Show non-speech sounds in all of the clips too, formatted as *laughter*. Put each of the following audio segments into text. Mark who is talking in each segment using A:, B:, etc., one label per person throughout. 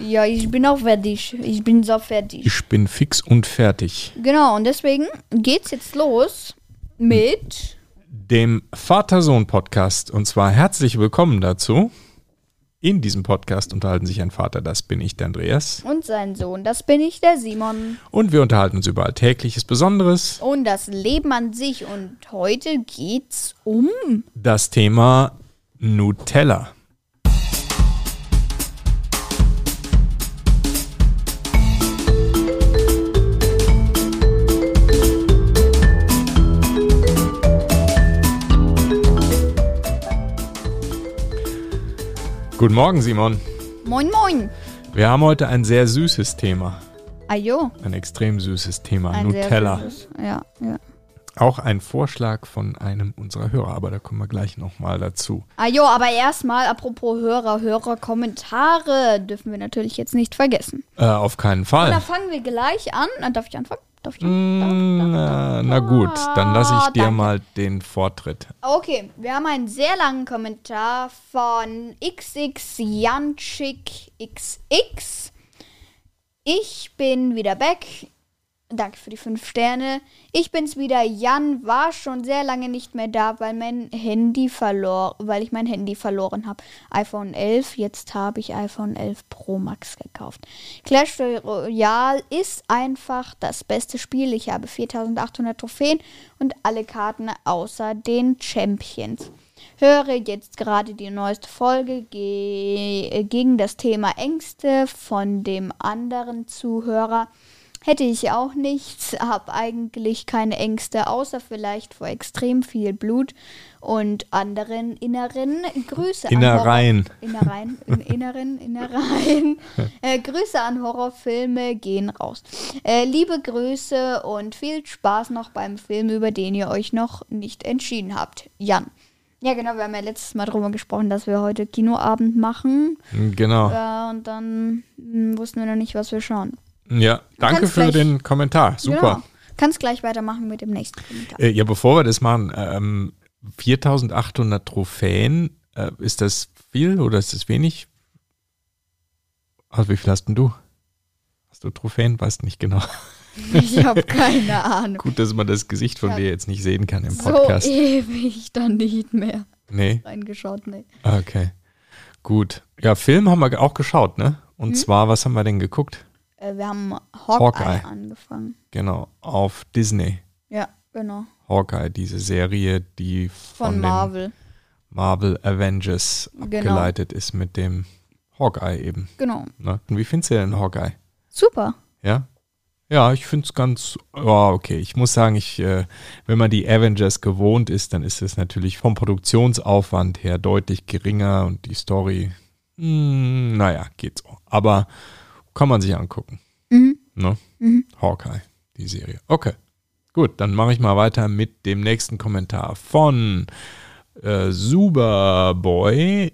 A: Ja, ich bin auch fertig. Ich bin so fertig.
B: Ich bin fix und fertig.
A: Genau, und deswegen geht's jetzt los mit.
B: Dem Vater-Sohn-Podcast. Und zwar herzlich willkommen dazu. In diesem Podcast unterhalten sich ein Vater, das bin ich, der Andreas.
A: Und sein Sohn, das bin ich, der Simon.
B: Und wir unterhalten uns über alltägliches Besonderes.
A: Und das Leben an sich. Und heute geht's um.
B: Das Thema Nutella. Guten Morgen, Simon.
A: Moin, moin.
B: Wir haben heute ein sehr süßes Thema.
A: Ajo.
B: Ein extrem süßes Thema.
A: Ein sehr
B: Nutella.
A: süßes- Ja, ja.
B: Auch ein Vorschlag von einem unserer Hörer, aber da kommen wir gleich nochmal dazu.
A: Ajo, aber erstmal, apropos Hörer, Hörer, Kommentare dürfen wir natürlich jetzt nicht vergessen.
B: Äh, auf keinen
A: Und da
B: Fall.
A: fangen wir gleich an. Ah, Darf ich anfangen? Darf ich
B: Mm,
A: anfangen? Darf, darf,
B: na, na gut, dann lasse ich dir
A: Danke.
B: mal den Vortritt.
A: Okay, wir haben einen sehr langen Kommentar von xxjanchikxx. Ich bin wieder back. Danke für die 5 Sterne. Ich bin's wieder. Jan war schon sehr lange nicht mehr da, weil mein Handy verlor, weil ich mein Handy verloren habe. iPhone 11, jetzt habe ich iPhone 11 Pro Max gekauft. Clash Royale ist einfach das beste Spiel. Ich habe 4800 Trophäen und alle Karten außer den Champions. Höre jetzt gerade die neueste Folge ge äh, gegen das Thema Ängste von dem anderen Zuhörer. Hätte ich auch nichts, habe eigentlich keine Ängste, außer vielleicht vor extrem viel Blut und anderen inneren Grüße. an
B: Innereien.
A: Horror- Innereien, in- inneren, innereien. Äh, Grüße an Horrorfilme gehen raus. Äh, liebe Grüße und viel Spaß noch beim Film, über den ihr euch noch nicht entschieden habt. Jan. Ja, genau, wir haben ja letztes Mal drüber gesprochen, dass wir heute Kinoabend machen.
B: Genau.
A: Äh, und dann hm, wussten wir noch nicht, was wir schauen.
B: Ja, danke
A: kannst
B: für
A: gleich-
B: den Kommentar. Super.
A: Genau. Kannst gleich weitermachen mit dem nächsten
B: *laughs*
A: Kommentar.
B: Äh, ja, bevor wir das machen, ähm, 4800 Trophäen, äh, ist das viel oder ist das wenig? Also wie viel hast denn du? Hast du Trophäen? Weißt nicht genau. *laughs*
A: Ich habe keine Ahnung.
B: Gut, dass man das Gesicht von
A: Ja.
B: dir jetzt nicht sehen kann im
A: So
B: Podcast.
A: ewig dann nicht mehr
B: nee, Ah,
A: reingeschaut, ne.
B: okay. Gut. Ja, Film haben wir ge- auch geschaut, ne? Und
A: Hm?
B: zwar, was haben wir denn geguckt?
A: Äh, wir haben
B: Hawkeye.
A: Hawkeye angefangen.
B: Genau, auf Disney.
A: Ja, genau.
B: Hawkeye, diese Serie, die
A: Von,
B: von, den
A: Marvel.
B: Marvel Avengers
A: Genau.
B: abgeleitet ist mit dem Hawkeye eben.
A: Genau.
B: Ne? Und wie findest du denn Hawkeye?
A: Super.
B: Ja? Ja, ich finde es ganz, ja, okay. Ich muss sagen, ich, äh, wenn man die Avengers gewohnt ist, dann ist es natürlich vom Produktionsaufwand her deutlich geringer und die Story, mh, naja, geht so. Aber kann man sich angucken.
A: Mhm.
B: Ne? Hawkeye, die Serie. Okay, gut, dann mache ich mal weiter mit dem nächsten Kommentar von äh, Superboy.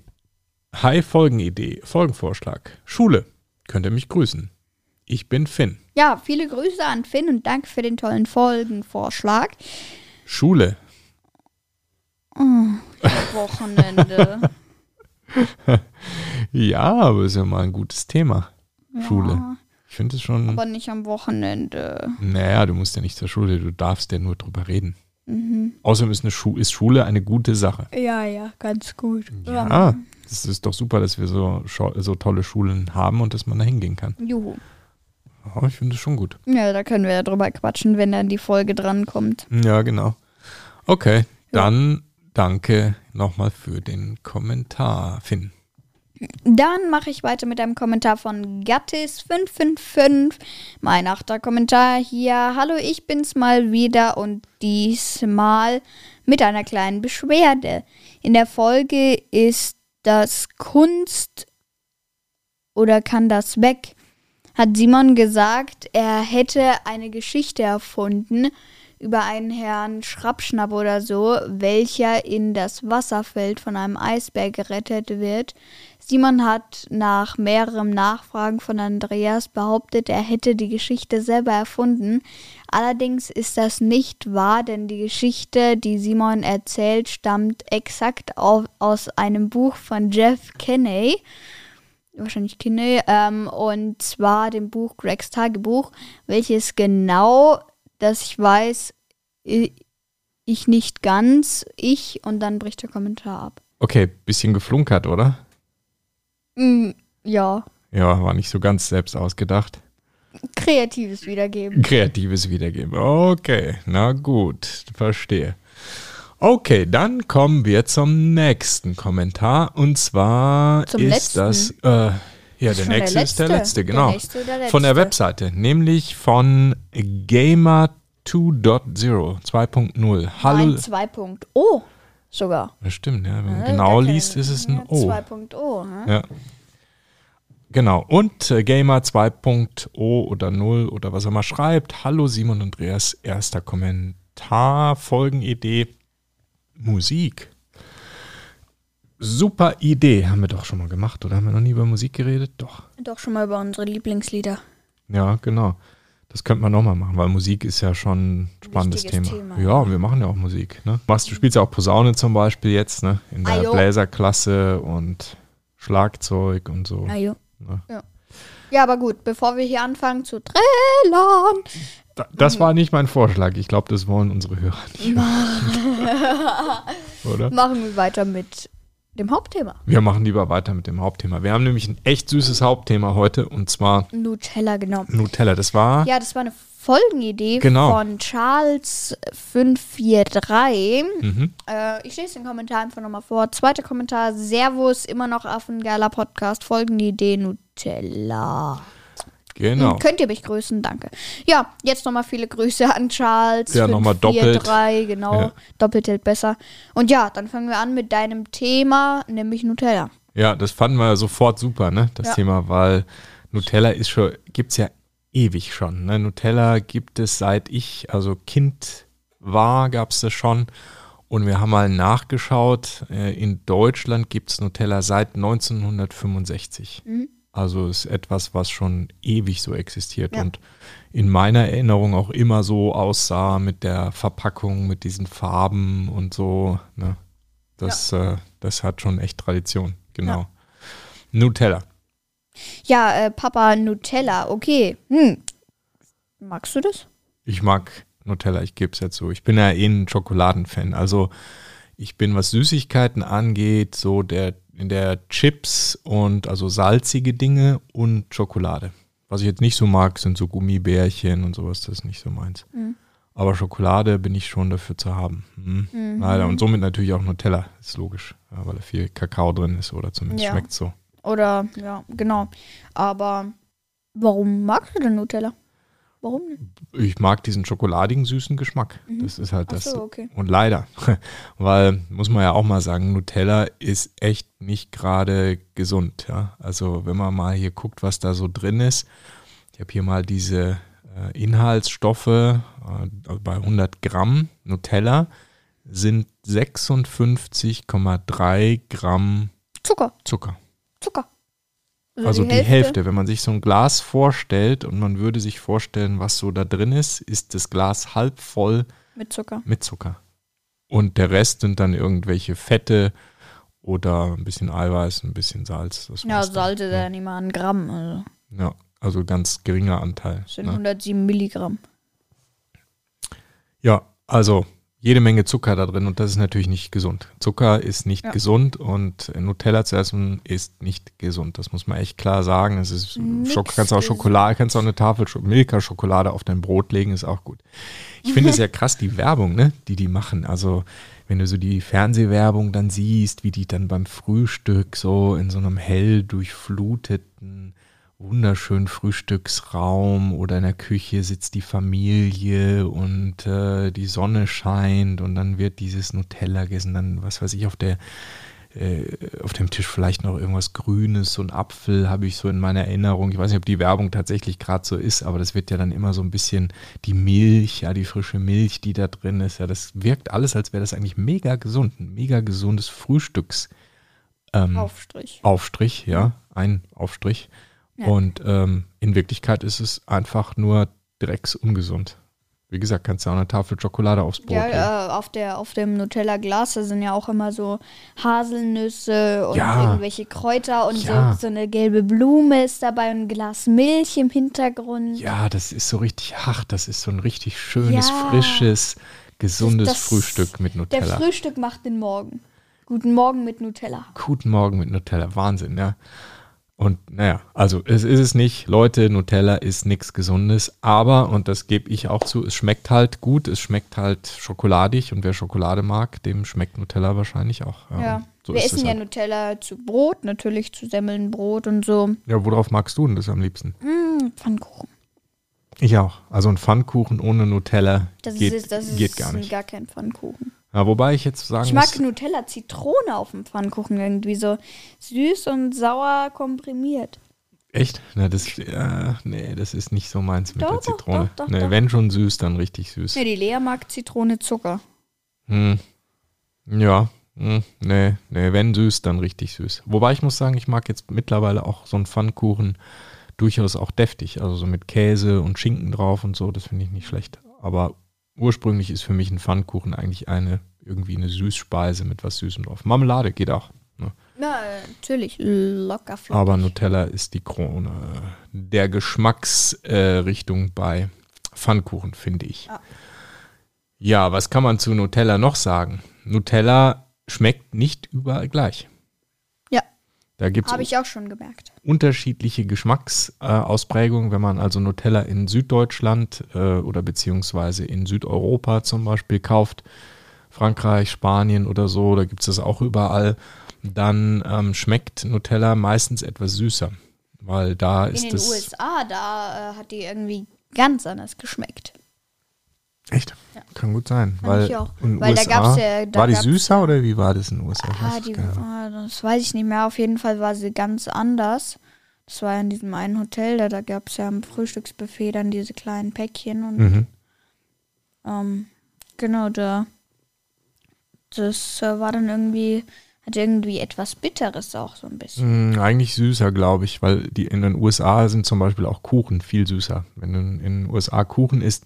B: Hi, Folgenidee, Folgenvorschlag. Schule, könnt ihr mich grüßen. Ich bin Finn.
A: Ja, viele Grüße an Finn und danke für den tollen Folgenvorschlag.
B: Schule,
A: Oh,
B: *laughs*
A: Wochenende.
B: ja, aber ist ja mal ein gutes Thema. Schule. Ich finde es schon,
A: Aber nicht am Wochenende.
B: naja, du musst ja nicht zur Schule, du darfst ja nur drüber reden. Außerdem ist, eine Schu ist Schule eine gute Sache.
A: Mhm. Ja, ja, ganz gut.
B: Ja, das ist doch super, dass wir so, scho- so tolle Schulen haben und dass man da hingehen kann.
A: Juhu.
B: Ja, ich finde es schon gut.
A: Ja, da können wir ja drüber quatschen, wenn dann die Folge drankommt.
B: Ja, genau. Okay, dann danke nochmal für den Kommentar, Finn.
A: Dann mache ich weiter mit einem Kommentar von Gattis555. Mein achter Kommentar hier. Hallo, ich bin's mal wieder und diesmal mit einer kleinen Beschwerde. In der Folge ist das Kunst oder kann das weg? Hat Simon gesagt, er hätte eine Geschichte erfunden über einen Herrn Schrappschnapp oder so, welcher in das Wasser fällt, von einem Eisberg gerettet wird. Simon hat nach mehreren Nachfragen von Andreas behauptet, er hätte die Geschichte selber erfunden. Allerdings ist das nicht wahr, denn die Geschichte, die Simon erzählt, stammt exakt au- aus einem Buch von Jeff Kenney wahrscheinlich Kinney, ähm, und zwar dem Buch Gregs Tagebuch, welches genau, dass ich weiß, i- ich nicht ganz, ich und dann bricht der Kommentar ab.
B: Okay, bisschen geflunkert, oder?
A: Mm, ja,
B: Ja, war nicht so ganz selbst ausgedacht.
A: kreatives Wiedergeben.
B: Kreatives Wiedergeben. Okay, na gut, verstehe. Okay, dann kommen wir zum nächsten Kommentar. Und zwar
A: Zum
B: ist
A: letzten?
B: das. Äh, ja, der
A: Schon
B: nächste ist der letzte, genau.
A: nächste, der
B: Von der
A: letzte.
B: Webseite, nämlich von Gamer 2.0, 2.0. Hallo.
A: Ein 2.0 oh, sogar.
B: Ja, Stimmt, ja. Wenn man
A: Ja,
B: genau
A: gar keine-
B: liest, ist es ein
A: ja,
B: O.
A: 2.0, hä?
B: Ja. Genau. Und äh, Gamer 2.0 oder 0 oder was auch immer schreibt. Hallo Simon und Andreas, erster Kommentar, Folgenidee, Musik. Super Idee. Haben wir doch schon mal gemacht, oder? Haben wir noch nie über Musik geredet? Doch.
A: Doch schon mal über unsere Lieblingslieder.
B: Ja, genau. Das könnte man nochmal machen, weil Musik ist ja schon ein spannendes Thema.
A: Wichtiges Thema.
B: Ja, wir machen ja auch Musik. Ne? Machst, du spielst ja auch Posaune zum Beispiel jetzt, ne? In der
A: Ah, jo.
B: Bläserklasse und Schlagzeug und so.
A: Ah, jo.
B: Ne?
A: Ja. ja, aber gut, bevor wir hier anfangen zu trällern.
B: Da- Das
A: mhm.
B: war nicht mein Vorschlag. Ich glaube, das wollen unsere
A: *laughs*
B: Hörer nicht. hören. Oder?
A: machen wir weiter mit dem Hauptthema.
B: Wir machen lieber weiter mit dem Hauptthema. Wir haben nämlich ein echt süßes Hauptthema heute und zwar
A: Nutella, genau.
B: Nutella. Das war
A: Ja, das war eine Folgenidee
B: Genau.
A: von Charles543.
B: Mhm.
A: Äh, ich lese den Kommentar einfach nochmal vor. Zweiter Kommentar: Servus, immer noch Affengeiler Podcast. Folgenidee Nutella.
B: genau.
A: Hm, Könnt ihr mich grüßen, danke. Ja, jetzt nochmal viele Grüße an Charles.
B: Ja, nochmal doppelt.
A: 543, genau.
B: Ja.
A: Doppelt hält besser. Und ja, dann fangen wir an mit deinem Thema, nämlich Nutella.
B: Ja, das fanden wir sofort super, ne? Das
A: Ja.
B: Thema, weil Nutella ist schon, gibt's ja ewig schon. Ne? Nutella gibt es seit ich, also Kind war, gab's das schon. Und wir haben mal nachgeschaut, äh, in Deutschland gibt's Nutella seit 1965.
A: Mhm.
B: Also ist etwas, was schon ewig so existiert
A: Ja.
B: und in meiner Erinnerung auch immer so aussah mit der Verpackung, mit diesen Farben und so. Ne? Das, äh, das hat schon echt Tradition, genau. Nutella.
A: Ja, äh, Papa Nutella, okay. Hm. Magst du das?
B: Ich mag Nutella, ich gebe es jetzt so. Ich bin ja eh ein Schokoladenfan. Also ich bin, was Süßigkeiten angeht, so der in der Chips und also salzige Dinge und Schokolade. Was ich jetzt nicht so mag, sind so Gummibärchen und sowas, das ist nicht so meins. Aber Schokolade bin ich schon dafür zu haben. Mhm.
A: Hm.
B: Leider. Und somit natürlich auch Nutella, ist logisch, ja, weil da viel Kakao drin ist oder zumindest
A: Ja.
B: schmeckt so.
A: Oder, ja, genau. Aber warum magst du denn Nutella? Warum nicht?
B: ich mag diesen schokoladigen süßen Geschmack. Das ist halt
A: Ach
B: das.
A: so, okay.
B: Und leider, *laughs* weil muss man ja auch mal sagen, Nutella ist echt nicht gerade gesund. Ja? Also wenn man mal hier guckt, was da so drin ist. Ich habe hier mal diese äh, Inhaltsstoffe äh, bei 100 Gramm Nutella sind 56,3 Gramm
A: Zucker,
B: Zucker.
A: Zucker.
B: Also die Hälfte. wenn man sich so ein Glas vorstellt und man würde sich vorstellen, was so da drin ist, ist das Glas halb voll
A: Mit Zucker.
B: mit Zucker. Und der Rest sind dann irgendwelche Fette oder ein bisschen Eiweiß, ein bisschen Salz. Das
A: Ja,
B: war's dann.
A: Salze, da nehmen wir einen Gramm. Also
B: Ja, also ganz geringer Anteil.
A: das sind
B: Ne?
A: 107 Milligramm.
B: Ja, also jede Menge Zucker da drin und das ist natürlich nicht gesund. Zucker ist nicht
A: Ja.
B: gesund und Nutella zu essen ist nicht gesund. Das muss man echt klar sagen. Es ist
A: Nix
B: Schok kannst auch
A: gesund.
B: Schokolade, kannst auch eine Tafel Scho- Milka-Schokolade auf dein Brot legen, ist auch gut. Ich finde es ja krass, die Werbung, ne, die die machen. Also wenn du so die Fernsehwerbung dann siehst, wie die dann beim Frühstück so in so einem hell durchfluteten, wunderschönen Frühstücksraum oder in der Küche sitzt die Familie und äh, die Sonne scheint und dann wird dieses Nutella gegessen, dann was weiß ich, auf der auf dem Tisch vielleicht noch irgendwas Grünes, so ein Apfel habe ich so in meiner Erinnerung. Ich weiß nicht, ob die Werbung tatsächlich gerade so ist, aber das wird ja dann immer so ein bisschen die Milch, ja, die frische Milch, die da drin ist. Ja, das wirkt alles, als wäre das eigentlich mega gesund, ein mega gesundes Frühstücksaufstrich, Ähm,
A: Aufstrich.
B: ja, ein Aufstrich.
A: Ja.
B: Und ähm, in Wirklichkeit ist es einfach nur drecksungesund. Wie gesagt, kannst du auch eine Tafel Schokolade aufs Brot legen.
A: Ja, äh, auf, der, auf dem Nutella-Glas, da sind ja auch immer so Haselnüsse und
B: Ja.
A: irgendwelche Kräuter und
B: Ja.
A: so, so eine gelbe Blume ist dabei und ein Glas Milch im Hintergrund.
B: Ja, das ist so richtig hart. Das ist so ein richtig schönes,
A: Ja.
B: frisches, gesundes
A: Das-
B: Frühstück mit
A: der
B: Nutella.
A: Frühstück macht den Morgen. Guten Morgen mit Nutella.
B: Guten Morgen mit Nutella. Wahnsinn, ja. Und naja, also es ist es nicht. Leute, Nutella ist nichts Gesundes. Aber, und das gebe ich auch zu, es schmeckt halt gut. Es schmeckt halt schokoladig. Und wer Schokolade mag, dem schmeckt Nutella wahrscheinlich auch.
A: Ja.
B: so
A: Wir
B: ist
A: essen
B: es
A: ja
B: halt.
A: Nutella zu Brot, natürlich zu Semmeln, Brot und so.
B: ja, worauf magst du denn das am liebsten?
A: Mm, Pfannkuchen.
B: Ich auch. Also ein Pfannkuchen ohne Nutella
A: Das
B: geht,
A: ist, das
B: geht
A: ist
B: gar nicht.
A: gar kein Pfannkuchen.
B: Ja, wobei ich jetzt sagen
A: Ich
B: muss,
A: mag Nutella Zitrone auf dem Pfannkuchen irgendwie so süß und sauer komprimiert.
B: Echt? Na, das, äh, nee, das ist nicht so meins mit
A: Doch,
B: der
A: doch,
B: Zitrone.
A: doch, doch,
B: nee,
A: doch.
B: Wenn schon süß, dann richtig süß.
A: Ja, die Lea mag Zitrone Zucker.
B: Hm. Ja, hm, nee, nee, wenn süß, dann richtig süß. Wobei ich muss sagen, ich mag jetzt mittlerweile auch so einen Pfannkuchen durchaus auch deftig. Also so mit Käse und Schinken drauf und so, das finde ich nicht schlecht. Aber ursprünglich ist für mich ein Pfannkuchen eigentlich eine, irgendwie eine Süßspeise mit was Süßem drauf. Marmelade geht auch. Ne?
A: Na, natürlich. Locker flockig.
B: Aber Nutella ist die Krone der Geschmacksrichtung äh, Richtung bei Pfannkuchen, finde ich.
A: Ah.
B: Ja, was kann man zu Nutella noch sagen? Nutella schmeckt nicht überall gleich.
A: Ja,
B: Da gibt
A: habe
B: es
A: ich auch schon gemerkt.
B: unterschiedliche Geschmacksausprägungen. Äh, Ausprägungen. Wenn man also Nutella in Süddeutschland äh, oder beziehungsweise in Südeuropa zum Beispiel kauft, Frankreich, Spanien oder so, da gibt es das auch überall, dann ähm, schmeckt Nutella meistens etwas süßer. Weil da
A: In
B: ist
A: den
B: das.
A: USA, da äh, hat die irgendwie ganz anders geschmeckt.
B: Echt? Kann gut sein.
A: Fand
B: Weil,
A: ich auch.
B: in
A: Weil da
B: USA,
A: gab's ja- da
B: war die
A: gab's-
B: süßer oder wie war das in den USA?
A: Ah,
B: Weiß ich
A: die,
B: gar nicht.
A: ah, das weiß ich nicht mehr. Auf jeden Fall war sie ganz anders. Das war in diesem einen Hotel, da, da gab es ja am Frühstücksbuffet dann diese kleinen Päckchen und
B: Mhm.
A: ähm, genau da. Das äh, war dann irgendwie, hat irgendwie etwas Bitteres auch so ein bisschen.
B: Mm, Eigentlich süßer, glaube ich, weil die in den USA sind zum Beispiel auch Kuchen viel süßer. Wenn du in den USA Kuchen isst,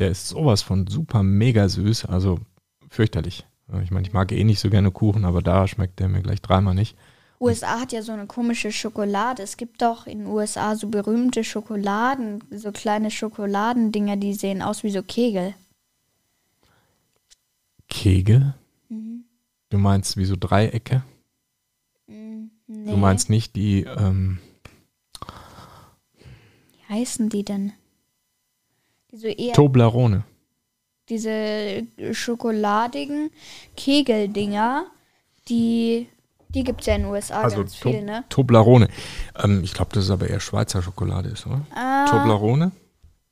B: der ist sowas von super mega süß, also fürchterlich. Ich meine, ich mag eh nicht so gerne Kuchen, aber da schmeckt der mir gleich dreimal nicht.
A: USA hat ja so eine komische Schokolade. Es gibt doch in den USA so berühmte Schokoladen, so kleine Schokoladendinger, die sehen aus wie so Kegel.
B: Kegel?
A: Mhm.
B: Du meinst wie so Dreiecke?
A: Mm,
B: Du
A: nee.
B: meinst nicht die, ähm,
A: Wie heißen die denn? Die so eher
B: Toblerone.
A: diese schokoladigen Kegeldinger, die die gibt's ja in den USA ganz
B: To-
A: viel, ne?
B: Toblerone. Ähm, ich glaube, das ist aber eher Schweizer Schokolade ist, oder?
A: Ah,
B: Toblerone?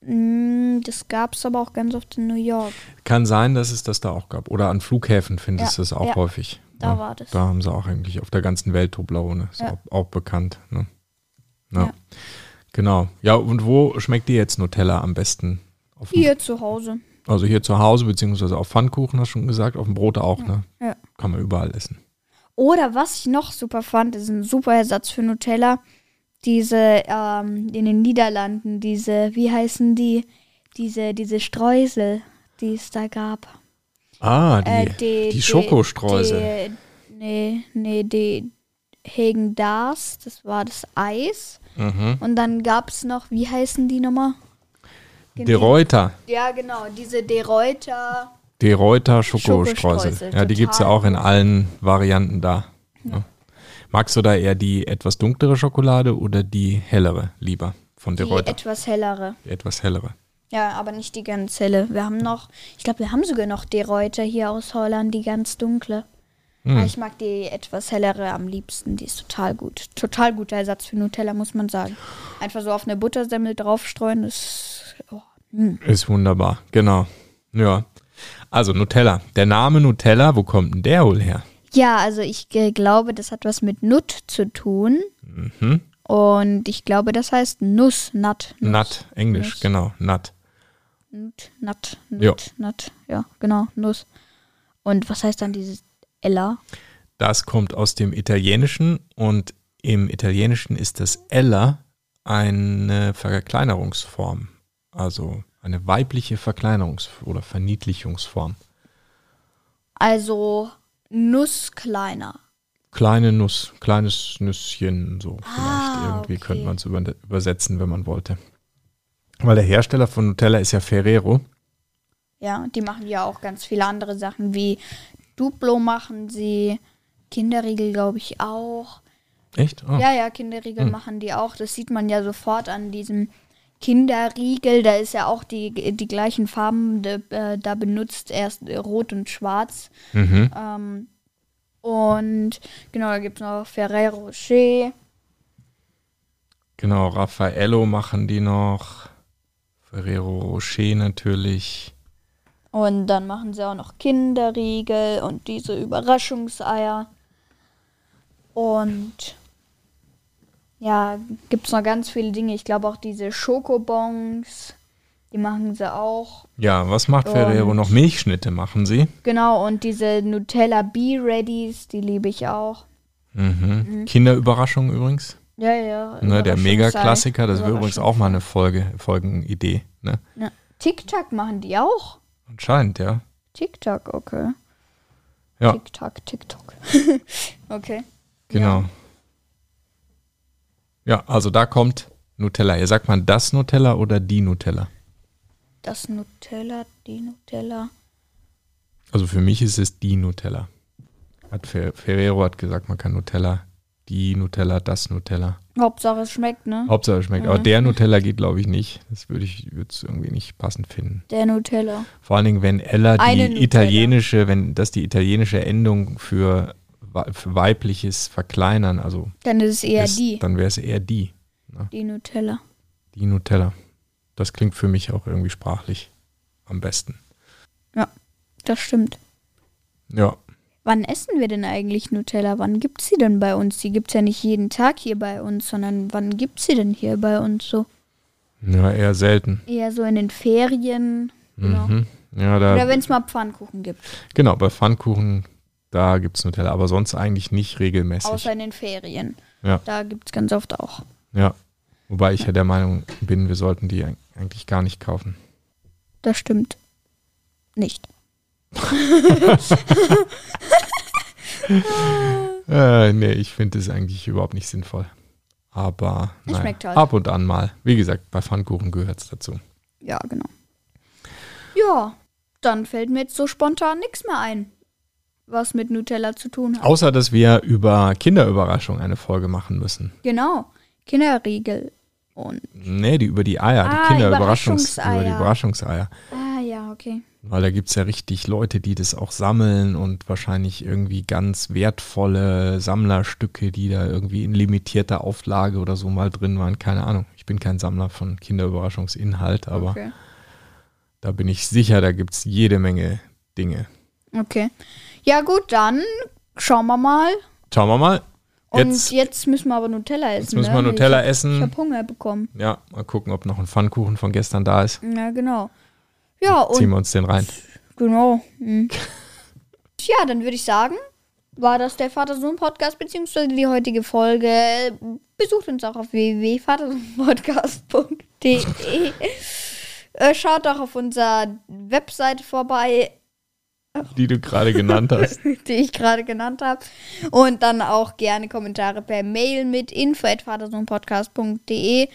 A: mh, das gab's aber auch ganz oft in New York.
B: Kann sein, dass es das da auch gab. Oder an Flughäfen findest
A: Ja,
B: du es auch
A: ja.
B: häufig.
A: Da
B: Ja.
A: war das.
B: Da haben sie auch eigentlich auf der ganzen Welt Toblerone. Ist
A: Ja.
B: auch, auch bekannt. Ne? Ja.
A: Ja.
B: Genau. Ja, und wo schmeckt dir jetzt Nutella am besten? Auf dem-
A: Hier zu Hause.
B: Also hier zu Hause, beziehungsweise auf Pfannkuchen, hast du schon gesagt, auf dem Brot auch, ne?
A: Ja.
B: Kann man überall essen.
A: Oder was ich noch super fand, ist ein super Ersatz für Nutella. Diese ähm, in den Niederlanden, diese, wie heißen die? Diese, diese Streusel, die es da gab.
B: Ah, die,
A: Äh, die,
B: die Schokostreusel.
A: Die, nee, nee, die Hegen Dars, das war das Eis.
B: mhm.
A: Und dann gab es noch, wie heißen die nochmal?
B: Die Reuter.
A: Ja, genau, diese De Reuter.
B: Die Reuter Schokostreusel.
A: Schokostreusel,
B: Ja, die
A: total
B: gibt es ja auch in allen Varianten da. ne? Magst du da eher die etwas dunklere Schokolade oder die hellere lieber von
A: Die
B: der Reuter?
A: etwas hellere.
B: Die etwas hellere.
A: Ja, aber nicht die ganz helle. Wir haben noch, ich glaube, wir haben sogar noch De Reuter hier aus Holland, die ganz dunkle.
B: Hm.
A: Aber ich mag die etwas hellere am liebsten. Die ist total gut. Total guter Ersatz für Nutella, muss man sagen. Einfach so auf eine Buttersemmel draufstreuen, ist. Oh,
B: Ist wunderbar, genau. Ja. Also Nutella. Der Name Nutella, wo kommt denn der wohl her?
A: Ja, also ich äh, glaube, das hat was mit Nut zu tun.
B: Mhm.
A: Und ich glaube, das heißt Nuss, Nut.
B: Nut, Englisch,
A: Nuss.
B: genau, Nut.
A: Nut, Nut,
B: Ja.
A: Nut, Nut. Ja, genau, Nuss. Und was heißt dann dieses Ella?
B: Das kommt aus dem Italienischen und im Italienischen ist das Ella eine Verkleinerungsform. Also Eine weibliche Verkleinerungs- oder Verniedlichungsform.
A: Also Nuss kleiner.
B: Kleine Nuss, kleines Nüsschen, so
A: Ah,
B: vielleicht. Irgendwie
A: okay.
B: könnte man es über, übersetzen, wenn man wollte. Weil der Hersteller von Nutella ist ja Ferrero.
A: Ja, die machen ja auch ganz viele andere Sachen, wie Duplo machen sie, Kinderriegel glaube ich auch.
B: Echt? Ah,
A: Ja, ja, Kinderriegel machen die auch. Das sieht man ja sofort an diesem Kinderriegel. Da ist ja auch die, die gleichen Farben de, äh, da benutzt, erst äh, rot und schwarz.
B: Mhm.
A: Ähm, und genau, da gibt es noch Ferrero Rocher.
B: Genau, Raffaello machen die noch. Ferrero Rocher natürlich.
A: Und dann machen sie auch noch Kinderriegel und diese Überraschungseier. Und ja, gibt es noch ganz viele Dinge. Ich glaube auch diese Schokobons, die machen sie auch.
B: Ja, was macht Ferrero
A: Und-
B: noch? Milchschnitte machen sie.
A: Genau, und diese Nutella B-Readies, die liebe ich auch.
B: Mhm. Kinderüberraschung übrigens.
A: Ja, ja.
B: Ne, der
A: Überraschungsei.
B: Mega-Klassiker, das wäre übrigens
A: Überraschung.
B: auch mal eine Folge, Folgenidee. Ne?
A: Ja. Tic-Tac machen die auch.
B: Anscheinend, ja.
A: Tic-Tac, okay.
B: Ja.
A: Tic-Tac, Tic-Tac. *laughs* okay.
B: Genau. Ja, also da kommt Nutella. Ihr sagt man das Nutella oder die Nutella?
A: Das Nutella, die Nutella.
B: Also für mich ist es die Nutella. Hat Fer Ferrero hat gesagt, man kann Nutella, die Nutella, das Nutella.
A: Hauptsache es schmeckt, ne?
B: Hauptsache es schmeckt. Aber der Nutella geht, glaube ich, nicht. Das würde ich jetzt irgendwie nicht passend finden.
A: Der Nutella.
B: Vor allen Dingen, wenn Ella
A: Eine
B: die
A: Nutella.
B: italienische, wenn das die italienische Endung für, wei- für weibliches Verkleinern, also
A: Dann ist es eher
B: ist,
A: die.
B: dann wäre es eher die,
A: Die Nutella.
B: die Nutella. Das klingt für mich auch irgendwie sprachlich am besten.
A: Ja, das stimmt.
B: Ja,
A: Wann essen wir denn eigentlich Nutella? Wann gibt's sie denn bei uns? Die gibt's ja nicht jeden Tag hier bei uns, sondern wann gibt's sie denn hier bei uns so?
B: ja eher selten.
A: Eher so in den Ferien. Genau.
B: Mhm. Ja,
A: Oder
B: da,
A: wenn es mal Pfannkuchen gibt.
B: genau, bei Pfannkuchen, da gibt es Nutella, aber sonst eigentlich nicht regelmäßig.
A: Außer in den Ferien.
B: Ja.
A: Da gibt's ganz oft auch.
B: ja. Wobei ich ja der Meinung bin, wir sollten die eig- eigentlich gar nicht kaufen.
A: Das stimmt. Nicht.
B: Äh, nee, ich finde es eigentlich überhaupt nicht sinnvoll. Aber
A: Es
B: naja,
A: schmeckt halt.
B: ab und an mal. Wie gesagt, bei Pfannkuchen gehört es dazu.
A: Ja, genau. Ja, dann fällt mir jetzt so spontan nichts mehr ein, was mit Nutella zu tun hat.
B: Außer, dass wir über Kinderüberraschung eine Folge machen müssen.
A: Genau. Kinderriegel. Und.
B: Nee, die über die Eier,
A: Ah,
B: die Kinderüberraschungs
A: Überraschungseier.
B: über die Überraschungseier.
A: Ah ja, okay.
B: Weil da gibt es ja richtig Leute, die das auch sammeln und wahrscheinlich irgendwie ganz wertvolle Sammlerstücke, die da irgendwie in limitierter Auflage oder so mal drin waren. Keine Ahnung. Ich bin kein Sammler von Kinderüberraschungsinhalt, aber
A: Okay.
B: da bin ich sicher, da gibt es jede Menge Dinge.
A: okay. Ja, gut, dann schauen wir mal.
B: Schauen wir mal.
A: Und
B: Jetzt,
A: jetzt, müssen wir aber Nutella essen.
B: jetzt müssen wir
A: ne?
B: Nutella
A: Ich
B: essen.
A: habe Hunger bekommen.
B: Ja, mal gucken, ob noch ein Pfannkuchen von gestern da ist.
A: Ja, genau. Ja,
B: Ziehen
A: und
B: wir uns den rein.
A: genau. Hm. ja, dann würde ich sagen, war das der Vater-Sohn-Podcast, beziehungsweise die heutige Folge. Besucht uns auch auf www.vatersohnpodcast.de. Äh, Schaut auch auf unserer Webseite vorbei.
B: Die du gerade genannt
A: *laughs*
B: hast.
A: die ich gerade genannt habe. Und dann auch gerne Kommentare per Mail mit info.vatersohnpodcast.de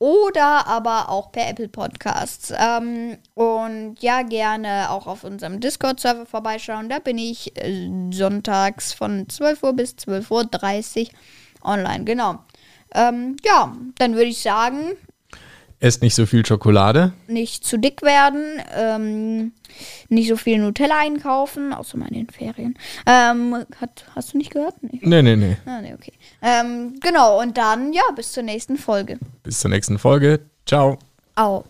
A: oder aber auch per Apple Podcasts. Ähm, und ja, gerne auch auf unserem Discord-Server vorbeischauen. Da bin ich äh, sonntags von 12 Uhr bis 12.30 Uhr online. Genau. Ähm, ja, dann würde ich sagen,
B: Esst nicht so viel Schokolade.
A: nicht zu dick werden, ähm, nicht so viel Nutella einkaufen, außer mal in den Ferien. Ähm, hat, hast du nicht gehört? Nee.
B: Nee, nee, nee.
A: Ah, nee, okay. Ähm, genau, und dann, ja, bis zur nächsten Folge.
B: Bis zur nächsten Folge. Ciao.
A: Au.